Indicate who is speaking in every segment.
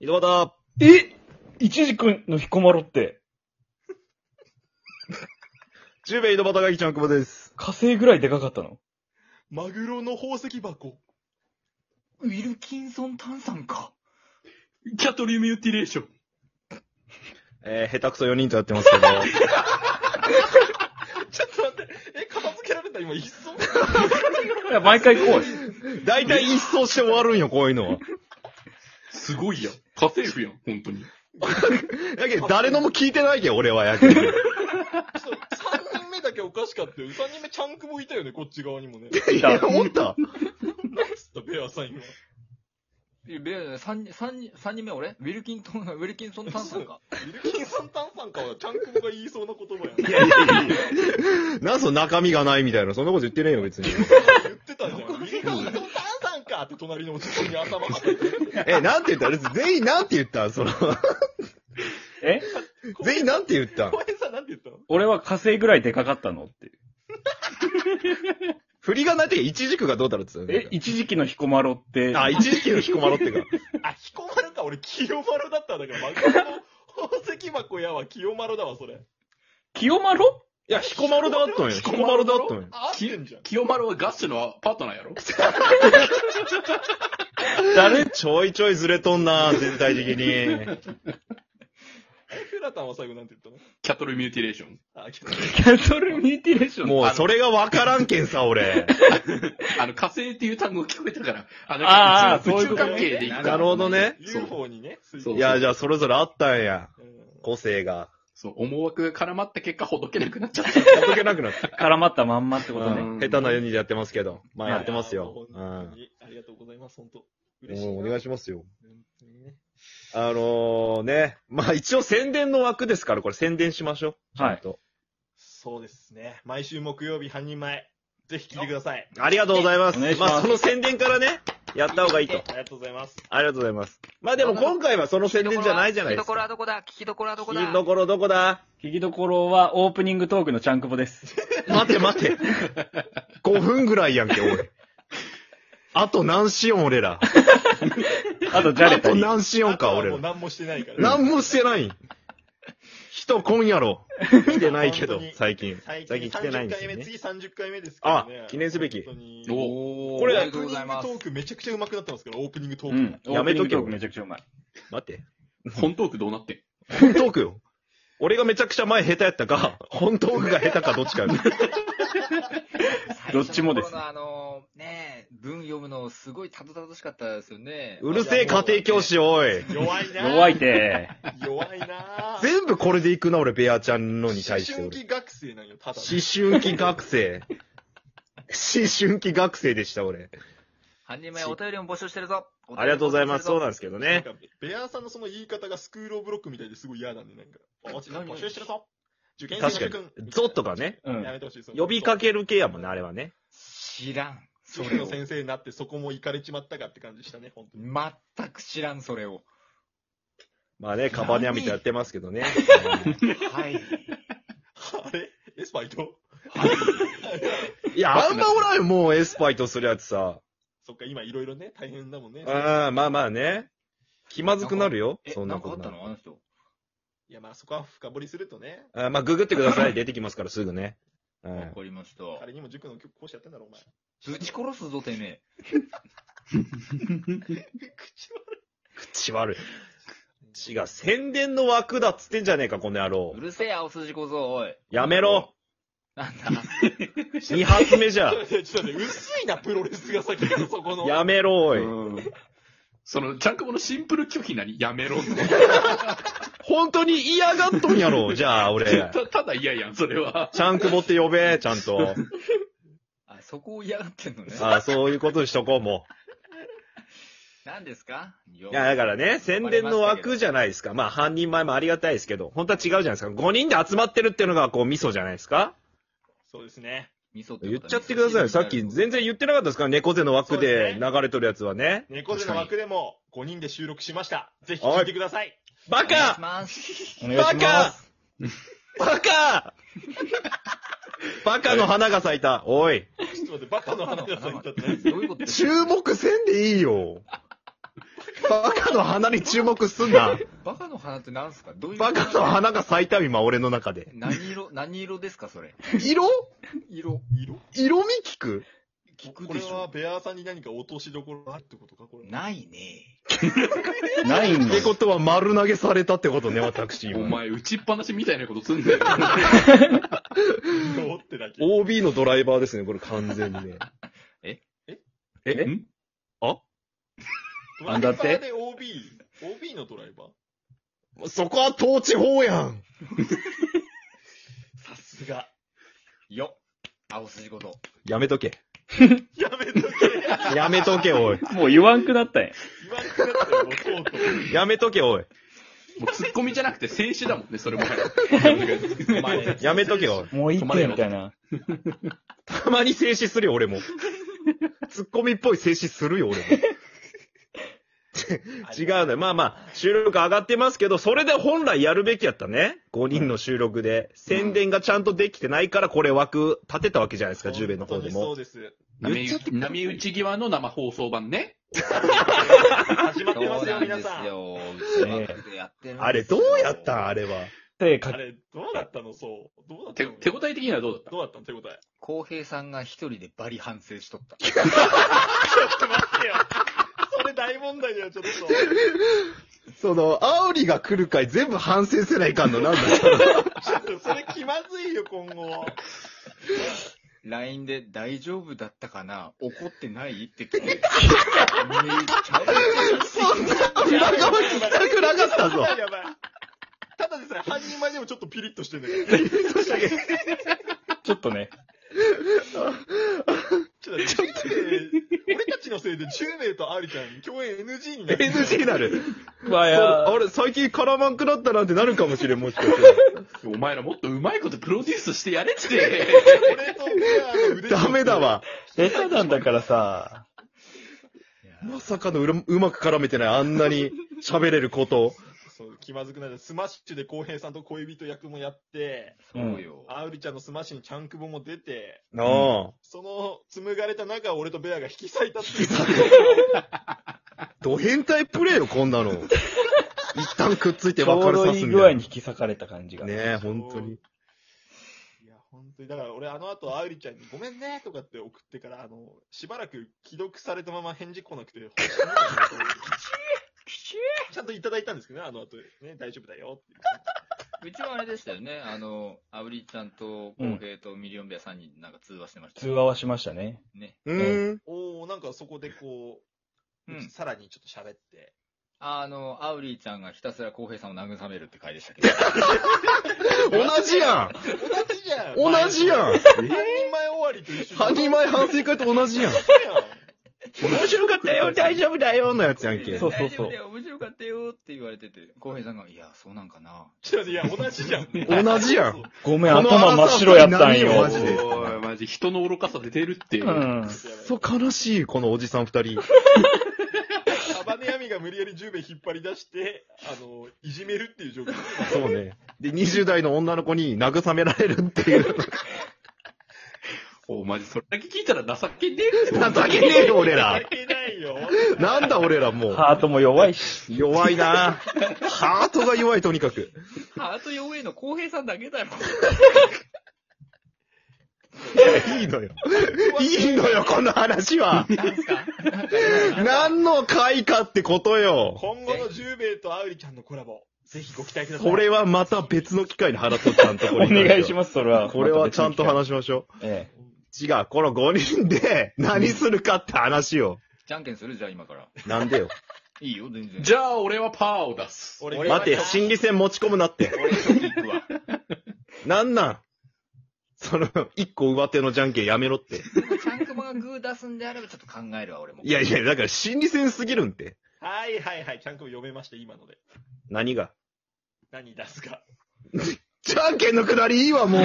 Speaker 1: 井戸端
Speaker 2: え一軸の彦摩呂って、
Speaker 1: 中米井戸端がきちゃん久保です。
Speaker 2: 火星ぐらいでかかったの
Speaker 1: マグロの宝石箱。
Speaker 3: ウィルキンソン炭酸か。
Speaker 4: キャトリミューティレーション。
Speaker 1: えー、下手くそ4人とやってますけど。
Speaker 4: ちょっと待って。え、片付けられた今、一層
Speaker 2: いや、毎回こう
Speaker 1: 大体一掃して終わるんよ、こういうのは。
Speaker 4: すごいやん。家政婦やん、本当に。
Speaker 1: やけど誰のも聞いてないけど、俺はやけど。
Speaker 4: そう、3人目だけおかしかったよ。3人目ちゃんくぼいたよね、こっち側にもね。
Speaker 1: いや、思った。
Speaker 4: 何つった、ベアさん今。
Speaker 3: で、三人、三人、三人目俺ウィルキントン、ウィルキンソン炭酸か。
Speaker 4: ウィルキンソン炭酸かは、ちゃんくぼが言いそうな言葉やん。言
Speaker 1: なんその中身がないみたいな、そんなこと言ってねえよ、別に。
Speaker 4: ってたじゃん。ウィルキンソン炭酸かって隣のおじさんに頭叩いて。
Speaker 1: え、なんて言った全員なんて言った その。
Speaker 2: え
Speaker 1: 全員なんて言った
Speaker 4: 小林さんなんて言ったの
Speaker 2: 俺は火星ぐらいでかかったのっていう。
Speaker 1: 振りがないって一軸がどうだろうって言って
Speaker 2: え
Speaker 1: た、よ
Speaker 2: 一時期の彦摩呂って、
Speaker 1: あ、一軸の彦摩呂ってか。
Speaker 4: あ、彦丸か。俺、清丸だったんだから、マグロの宝石箱やわ、清丸だわ、それ。
Speaker 2: 清摩呂
Speaker 1: いや、彦摩呂だったんや。彦摩呂だったんや。
Speaker 4: あ、合ってんじゃん。
Speaker 5: 清丸はガッシュのパートナーやろ
Speaker 2: 誰
Speaker 1: ちょいちょいずれとんな、全体的 に。
Speaker 4: え、フラタンは最後なんて言ったの
Speaker 5: キャトルミューティレーション。
Speaker 4: あ、けど
Speaker 2: キャトルミューティレーション。
Speaker 1: もう、それがわからんけんさ、俺。
Speaker 5: あの、火星っていう単語聞こえたから、あの、
Speaker 2: あー
Speaker 5: 宇宙
Speaker 2: そうい
Speaker 5: 宇
Speaker 2: う
Speaker 5: 宙
Speaker 2: こと
Speaker 5: 関係でいく
Speaker 1: なるほどね。
Speaker 5: そう
Speaker 4: UFO にね、水
Speaker 5: そう
Speaker 1: いや、じゃあそれぞれあったんや。
Speaker 4: うん
Speaker 1: 個性が。
Speaker 5: そう、思惑が絡まった結果、ほどけなくなっちゃっ
Speaker 1: ほどけなくなった。
Speaker 2: 絡まったまんまってこと
Speaker 5: う
Speaker 2: ね。
Speaker 5: ん
Speaker 1: 下手な4人でやってますけど。まあ
Speaker 2: はい
Speaker 1: やってますよ。
Speaker 4: いや
Speaker 1: う
Speaker 4: ーもう本
Speaker 1: ん
Speaker 4: 当。にありがとうございます、本当。嬉しいな。
Speaker 1: もうお願いしますよ。
Speaker 4: 本当にね
Speaker 1: あのー、ね。まあ一応宣伝の枠ですから、これ宣伝しましょう。
Speaker 2: はい
Speaker 1: ちゃんと。
Speaker 4: そうですね。毎週木曜日半人前。ぜひ聞いてください。
Speaker 1: ありがとうございます。
Speaker 2: お願いし
Speaker 1: ま
Speaker 2: ます
Speaker 1: あその宣伝からね、やった方がいいと。
Speaker 4: ありがとうございます。
Speaker 1: ありがとうございます。まあでも今回はその宣伝じゃないじゃないですか。
Speaker 3: どこだ聞きどころはど
Speaker 1: いいところどこだ
Speaker 2: 聞きどころはオープニングトークのちゃんくぼです。
Speaker 1: 待て待 て。5分ぐらいやんけ、俺。あと何しよん、俺ら。
Speaker 2: あと、じゃれ
Speaker 1: あ
Speaker 2: た
Speaker 1: と
Speaker 2: り。
Speaker 1: 何しよん
Speaker 4: あと
Speaker 1: か、
Speaker 4: は
Speaker 1: 俺
Speaker 4: もう
Speaker 1: ら。
Speaker 4: 何もしてないから。
Speaker 1: 何もしてない。人来んやろ。来てないけど、最近。
Speaker 4: 最
Speaker 1: 最
Speaker 4: 近
Speaker 1: 近来てないん
Speaker 4: 30
Speaker 1: です
Speaker 4: 回目、
Speaker 1: よね。
Speaker 4: 次30回目ですからね。
Speaker 1: あ記念すべき
Speaker 4: 本当に
Speaker 5: た。 お
Speaker 4: これ、
Speaker 3: あ
Speaker 4: オ
Speaker 3: り
Speaker 4: ー
Speaker 3: がと
Speaker 4: プ
Speaker 3: う
Speaker 4: ニ
Speaker 3: ご
Speaker 4: ング
Speaker 3: ざ
Speaker 4: ト
Speaker 3: います
Speaker 4: ークめちゃくちゃ上手くなってますから、オープニングトー
Speaker 2: う
Speaker 4: ク。
Speaker 2: ん。
Speaker 1: やめとけ
Speaker 2: オー
Speaker 1: よ
Speaker 2: プニングトークめちゃくちゃうまい。
Speaker 1: 待って。
Speaker 5: 本トークどうなってん
Speaker 1: 本トークよ。俺がめちゃくちゃ前下手やったか、本トークが下手かどっち かよ。
Speaker 2: どっちもです
Speaker 3: あの、ねえ文読むのすごいたどたどしかったですよね。
Speaker 1: うるせえ家庭教師、おい。
Speaker 4: 弱いな
Speaker 2: 弱い。て。
Speaker 4: 弱 いな
Speaker 1: 全部これでいくな、俺、ベアちゃんのに対して。
Speaker 4: 思
Speaker 1: 俺
Speaker 4: 春期学生なんよ、ただの。
Speaker 1: 思春期学生。思春期学生でした、俺。
Speaker 3: 半人前お便りも募集してるぞ。
Speaker 1: ありがとうございます。そうなんですけど
Speaker 4: なん
Speaker 1: ね。
Speaker 4: かベアーさんのその言い方がスクールオブロックみたいですごい嫌なんで、なんか。あ募集
Speaker 3: 何
Speaker 4: 募集してるぞ受験
Speaker 1: 確
Speaker 4: 生
Speaker 1: か
Speaker 4: 君
Speaker 1: に。ゾとかね。
Speaker 2: うん
Speaker 4: や。めてほしいです
Speaker 1: 呼びかける系やもんね、あれはね。
Speaker 3: 知らん。そ
Speaker 4: そ
Speaker 3: れ
Speaker 4: れ
Speaker 3: を
Speaker 4: の。先生になってそこも行かれちまったかって感じしたね、本当に。
Speaker 3: 全く知らん、それを。
Speaker 1: まあね、カバネアみたいやってますけどね。
Speaker 3: はい。
Speaker 4: あれエスパイと
Speaker 1: いや、あんまおらんよ、もうエスパイとするやつさ。
Speaker 4: そっか、今いろいろね、大変だもんね。
Speaker 1: ああ、まあまあね。気まずくなるよ、
Speaker 3: え、
Speaker 1: そん
Speaker 3: な
Speaker 1: なん
Speaker 3: かあ
Speaker 1: こ
Speaker 3: っ
Speaker 1: と
Speaker 3: た
Speaker 1: なら。
Speaker 3: のあの人。
Speaker 4: いや、まあそこは深掘りするとね。
Speaker 1: あーまあ、ググってください。出てきますから、すぐね。う
Speaker 3: わ
Speaker 1: ん。
Speaker 3: かりました。
Speaker 4: 彼にも塾の講師やってんだろ、お前。
Speaker 3: ぶち殺すぞ、てめえ。
Speaker 4: 口
Speaker 1: 口悪い。違う、宣伝の枠だっつってんじゃねえか、この野郎
Speaker 3: う。るせえ、青筋小僧、おい。
Speaker 1: やめろ
Speaker 3: なんだ。
Speaker 1: 二発目 じゃ。
Speaker 4: 悪い。ちょっと待って、薄いな、プロレスが先からそこの。
Speaker 1: やめろ、おい。
Speaker 5: うんその、ちゃんくぼのシンプル拒否なにやめろんの
Speaker 1: 本当に嫌がっとんやろ、じゃあ、俺。
Speaker 5: たただ嫌やん、それは。
Speaker 1: ちゃんくぼって呼べ、ちゃんと。
Speaker 3: あ、そこを嫌がってんのね。
Speaker 1: ああ、そういうことにしとこう、も。
Speaker 3: 何ですかいう
Speaker 1: いや、だからね、宣伝の枠
Speaker 3: じ
Speaker 1: じゃないですか。まあ、半人前もありがたいですけど、本当は違うじゃないですか。5人で集まってるっていうのが、こう、ミソじゃないですか。
Speaker 4: そうですね。
Speaker 3: 味噌ってことは
Speaker 1: 言っちゃってくださいよ。さっき全然言ってなかったですから、猫背の枠で流れとるやつはね。
Speaker 4: 猫背の枠でも5人で収録しました。ぜひ聞いてください。
Speaker 1: バ
Speaker 3: お願いし
Speaker 1: カ
Speaker 3: ます
Speaker 2: お願いします。
Speaker 1: バ カバカの花が咲いた。おい。
Speaker 4: ちょっと待って、バカの話が先だったね。
Speaker 3: どういうこと
Speaker 1: 注目せんでいいよ。バカの鼻に注目すん な。
Speaker 3: バカの花って何すかどういう
Speaker 1: バカの花が咲いた今、俺の中で。
Speaker 3: 何色、何色ですかそれ。
Speaker 1: 色
Speaker 3: 色。
Speaker 4: 色
Speaker 1: 色味聞く
Speaker 3: 聞く
Speaker 4: こ
Speaker 3: で
Speaker 4: れ
Speaker 3: し
Speaker 4: は
Speaker 3: ょ。
Speaker 4: ベアーさんに何か落としどころあるってことかこれ。
Speaker 3: ないね。
Speaker 2: ないん
Speaker 1: っ
Speaker 2: だ
Speaker 1: てこ
Speaker 2: よ。
Speaker 1: とは丸投げされたってことね、私
Speaker 5: お
Speaker 1: 今。
Speaker 5: 前、打ちっぱなしみたいなことすんだよ。
Speaker 4: どうってだけ。
Speaker 1: OB のドライバーですね、これ完全 にね。
Speaker 2: えん
Speaker 4: ドライバーで OB。OB のドライバー
Speaker 1: そこは統治法やん。
Speaker 4: さすが。
Speaker 3: よ。青筋こと。
Speaker 1: やめとけ。
Speaker 4: やめとけ。
Speaker 1: やめとけ、おい。
Speaker 2: もう言わんくなったんや。
Speaker 4: 言わなくなったよ、もうとうとう。
Speaker 1: やめとけ、おい。
Speaker 5: もうツッコミじゃなくて静止だもんね、それ も。
Speaker 1: やめとけ、おい。
Speaker 2: もう一点みたいな。
Speaker 1: たまに静止するよ、俺も。ツッコミっぽい静止するよ、俺も。違うね。まあまあ、収録上がってますけど、それで本来やるべきやったね。5人の収録で。宣伝がちゃんとできてないから、これ枠立てたわけじゃないですか、10弁の方で
Speaker 4: そ
Speaker 1: も
Speaker 4: う。です。
Speaker 1: 言っちゃって
Speaker 5: 波打ち際の生放送版ね。
Speaker 4: 始まってますよ、皆さん。
Speaker 3: そうなんですよ。
Speaker 2: ね
Speaker 3: うちのバッグでやってるんですよ
Speaker 1: あれ、どうやったんあれは。
Speaker 2: 手
Speaker 4: あ
Speaker 2: か
Speaker 4: れ、どうだったのそう。どうだった
Speaker 5: 手
Speaker 4: の
Speaker 5: 手応え的にはどうだった
Speaker 4: どうだったの手応え。
Speaker 3: 浩平さんが一人でバリ反省しとった。
Speaker 4: ちょっと待ってよ。それ大問題だよ、ちょっと。
Speaker 1: その、アオリが来る回全部反省せないかんの、なんだ
Speaker 4: ちょっとそれ気まずいよ、今後。
Speaker 3: LINE で大丈夫だったかな怒ってないって来て。めっちゃ
Speaker 1: そんな裏側聞きたくなかったぞ。
Speaker 4: やばい。ただでさえ、半人前でもちょっとピリッとしてんだから。
Speaker 2: ちょっとね。
Speaker 4: ちょっと待って、俺たちのせいで10名とアリちゃん、共演 NG になる。
Speaker 1: NG になる。
Speaker 2: まあ
Speaker 1: そうあれ、最近絡まんくなったなんてなるかもしれん、もしかしたら。
Speaker 5: お前らもっとうまいことプロデュースしてやれって。
Speaker 4: 俺とペアの腕
Speaker 1: ダメだ。わ。
Speaker 2: 下手なんだからさ。
Speaker 1: まさかのうらうまく絡めてない、あんなに喋れること。
Speaker 4: そう、気まずくなる。スマッシュで浩平さんと恋人役もやって、
Speaker 3: そうよ。
Speaker 4: アウリちゃんのスマッシュにチャンクボも出て、
Speaker 1: なあ、
Speaker 4: その紡がれた中、俺とベアが引き裂いたっていう。
Speaker 1: ド変態プレイよ、こんなの。一旦くっついて
Speaker 2: ちょ
Speaker 1: 別れ
Speaker 2: うど
Speaker 1: さ
Speaker 2: いい
Speaker 1: すん
Speaker 2: 具合
Speaker 1: だよ。
Speaker 2: に
Speaker 1: ね
Speaker 2: 引き裂かれた感じが。
Speaker 1: え、本当に。
Speaker 4: いや、本当に。だから俺、あの後、アウリちゃんに、ごめんねとかって送ってから、あの、しばらく既読されたまま返事来な くて、本当に申し訳ないと思ってちゃんといただいたんですけどね、あの後、ね、大丈夫だよって。
Speaker 3: うちはあれでしたよね。あの、アブリちゃんと浩平とミリオンベア3人でなんか通話してました
Speaker 2: 通
Speaker 3: よ
Speaker 2: 話はしましたね。
Speaker 3: ね。
Speaker 1: うーん。
Speaker 4: おー、なんかそこでこう、
Speaker 3: うん
Speaker 4: さらにちょっと喋って。
Speaker 3: あの、アウリーちゃんがひたすら浩平さんを慰めるって回でしたけど。
Speaker 1: 同じやん
Speaker 4: 同じじゃん
Speaker 1: 同じやん
Speaker 4: 半人前終わりと一緒
Speaker 1: 半人前反省会と同じやん
Speaker 4: じゃん
Speaker 1: 面白かったよ大丈夫だよのやつやんけ。
Speaker 2: そうそうそう
Speaker 3: 大丈夫だよ、面白かったよって言われてて、浩平さんが、いや、そうなんかな。
Speaker 4: ちょっといや、同じじゃん。
Speaker 1: 同じやん
Speaker 4: そう
Speaker 2: ごめん、
Speaker 1: この
Speaker 2: 頭真っ白やったん
Speaker 1: 争い何よ
Speaker 2: よ
Speaker 1: マ。ジで
Speaker 5: おいマジ、人の愚かさ出てるって。
Speaker 2: うん。
Speaker 4: やばい
Speaker 1: そう悲しい、このおじさん二人。
Speaker 4: アバネヤミが無理やり10名引っ張り出して、あの、いじめるっていう状況。
Speaker 1: そうね。で、20代の女の子に慰められるっていう。
Speaker 5: おマジ、それだけ聞いたら情けねえ
Speaker 1: 情けねえよ、俺ら
Speaker 4: 関。係ないよ。
Speaker 1: なんだ、俺らもう。
Speaker 2: ハートも弱いし。
Speaker 1: 弱いなハートが弱い、とにかく。
Speaker 3: ハート弱いの浩平さんだけだろ。
Speaker 1: いやいいのよ。いいのよ、この話は。
Speaker 3: なんすか
Speaker 1: 何の回かってことよ。
Speaker 4: 今後の10名とアウリちゃんのコラボ、ぜひご期待ください。
Speaker 1: これはまた別の機会に原田さんと
Speaker 2: お
Speaker 1: これ
Speaker 2: 願いし
Speaker 1: ま
Speaker 2: ます、そ れは。
Speaker 1: これはちゃんと話しましょ
Speaker 2: ええ。
Speaker 1: う。違う、この5人で何するかって話よ。
Speaker 3: じゃんけんするじゃあ今から。
Speaker 1: なんでよ。
Speaker 3: いいよ、全然。
Speaker 5: じゃあ、俺はパーを出す。
Speaker 4: 俺
Speaker 1: 待て、心理戦持ち込むなって。
Speaker 3: 俺、初期行くわ。
Speaker 1: なんなんその、一個上手のじゃんけんやめろって。
Speaker 3: ちゃんくまがグー出すんであればちょっと考えるわ、俺も。
Speaker 1: いやいや、だから心理戦すぎるんって。
Speaker 4: はいはいはい、ちゃんと読めました、今ので。
Speaker 1: 何が。
Speaker 4: 何出すか。
Speaker 1: じゃんけんのくだりいいわ、もう。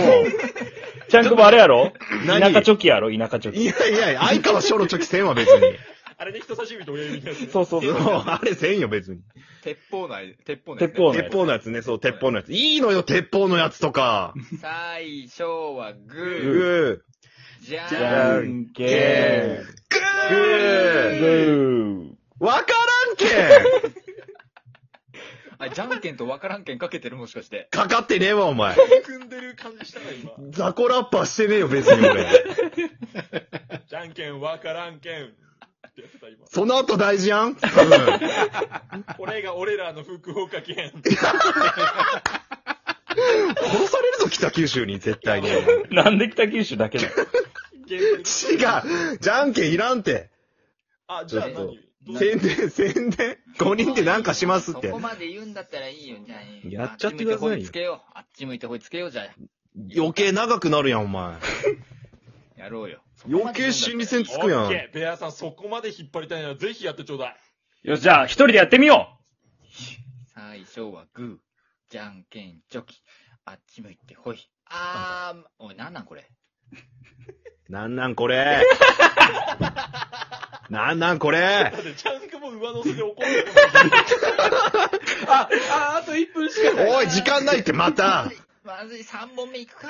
Speaker 2: ちゃんくもあれやろ
Speaker 1: 何
Speaker 2: 田舎チョキやろ田舎チョ
Speaker 1: い
Speaker 2: キ。
Speaker 1: やいやいや、相川しょろちょきせんわ、別に。
Speaker 4: あれで人差し指と親指のやつね。
Speaker 2: そうそう
Speaker 1: そう
Speaker 2: そう。
Speaker 1: あれせんよ、別に。
Speaker 3: 鉄砲内、鉄砲内。
Speaker 2: 鉄砲のや
Speaker 1: 鉄砲のやつね、そう、鉄砲のやつ。いいのよ、鉄砲のやつとか。
Speaker 3: 最初はグ
Speaker 1: グ
Speaker 3: ー、じゃ
Speaker 2: じゃ
Speaker 3: ん
Speaker 2: んけ
Speaker 1: ー。グ
Speaker 2: ん。
Speaker 1: ー。
Speaker 2: グー。
Speaker 1: わかけん
Speaker 3: あ、じゃんけんとわからんけんかけてるもしかして。
Speaker 1: かかってねえわ、お前。
Speaker 4: 組んでる感じしたな、今。
Speaker 1: 雑魚ラッパーしてねえよ、別に俺。
Speaker 4: じゃんけんわからんけん。ってやって た、今。
Speaker 1: その後大事やん多分。
Speaker 4: これが俺らの福 岡県。
Speaker 1: 殺されるぞ、北九州に、絶対に。違
Speaker 2: なんで北九州だけだよ。
Speaker 4: 限定
Speaker 1: うじゃんけんいらんて。
Speaker 4: あ、じゃあ
Speaker 1: ちょっと
Speaker 4: 何どう
Speaker 1: 宣伝、宣伝。5人でなんかしますっ
Speaker 3: そ
Speaker 1: て
Speaker 3: こ。まで言うんだったらいいよ、じゃあいい
Speaker 1: やっちゃってくださいよ
Speaker 3: あっち向いてほいつけよう。あっち向いてほいつけよう、じゃあ。
Speaker 1: 余計長くなるやん、お前。
Speaker 3: やろうよ。
Speaker 1: 余計心理戦つくや
Speaker 4: オッ
Speaker 1: ん。
Speaker 4: ケーベアさん、そこまで引っ張りたいならぜひやってちょうだい。
Speaker 2: よし、じゃあ、一人でやってみよ
Speaker 3: 最初はグー、じゃんけんチョキ、あっち向いてほい。あーん、おい、なんなんこれ。
Speaker 1: なんなんこ れ。なんなんこれ
Speaker 4: だ。って、ジャンクも上乗せで怒る。
Speaker 5: あ、あ、あと1分しかない。
Speaker 1: おい、時間ないって、また。
Speaker 3: まずい、3本目いくか。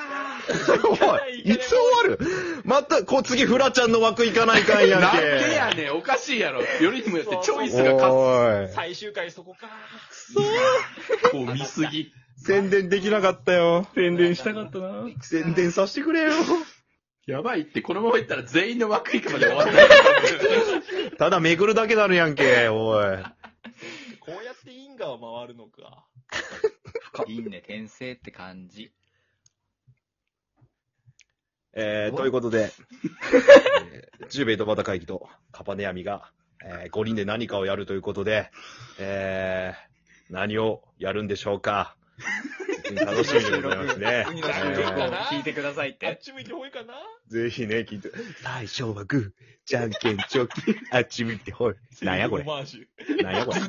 Speaker 1: おい、いつ終わるまた、こう次、フラちゃんの枠行かないかんやん
Speaker 5: なんでや
Speaker 1: け。
Speaker 5: ねん、おかしいやろ。よりにもよってチョイスが勝つ。
Speaker 1: おい。
Speaker 4: 最終回そこか。
Speaker 5: こう見すぎ。
Speaker 1: 宣伝できなかったよ。
Speaker 2: う。宣伝したかったな。
Speaker 1: 宣伝させてくれよ。
Speaker 5: やばいって、このままいったら全員の枠いくまで終わんない。
Speaker 1: ただめくるだけなるやんけ、おい。
Speaker 4: こうやって因果は回るのか。
Speaker 3: いいね、転生って感じ。
Speaker 1: えー、ということで、えー、ジュベイドバタ会議とカパネアミが、えー、5人で何かをやるということで、えー、何をやるんでしょう か。非常に楽しみでございますね。
Speaker 3: 次の収録を聞いてくださいっ。
Speaker 4: あってち向いてほいかな
Speaker 1: えーぜひね、聞いて。最 初はグー、じゃんけんチョキ、あっち向いてほい。なんやこれ
Speaker 4: オ。マージュ
Speaker 1: なんやこれ。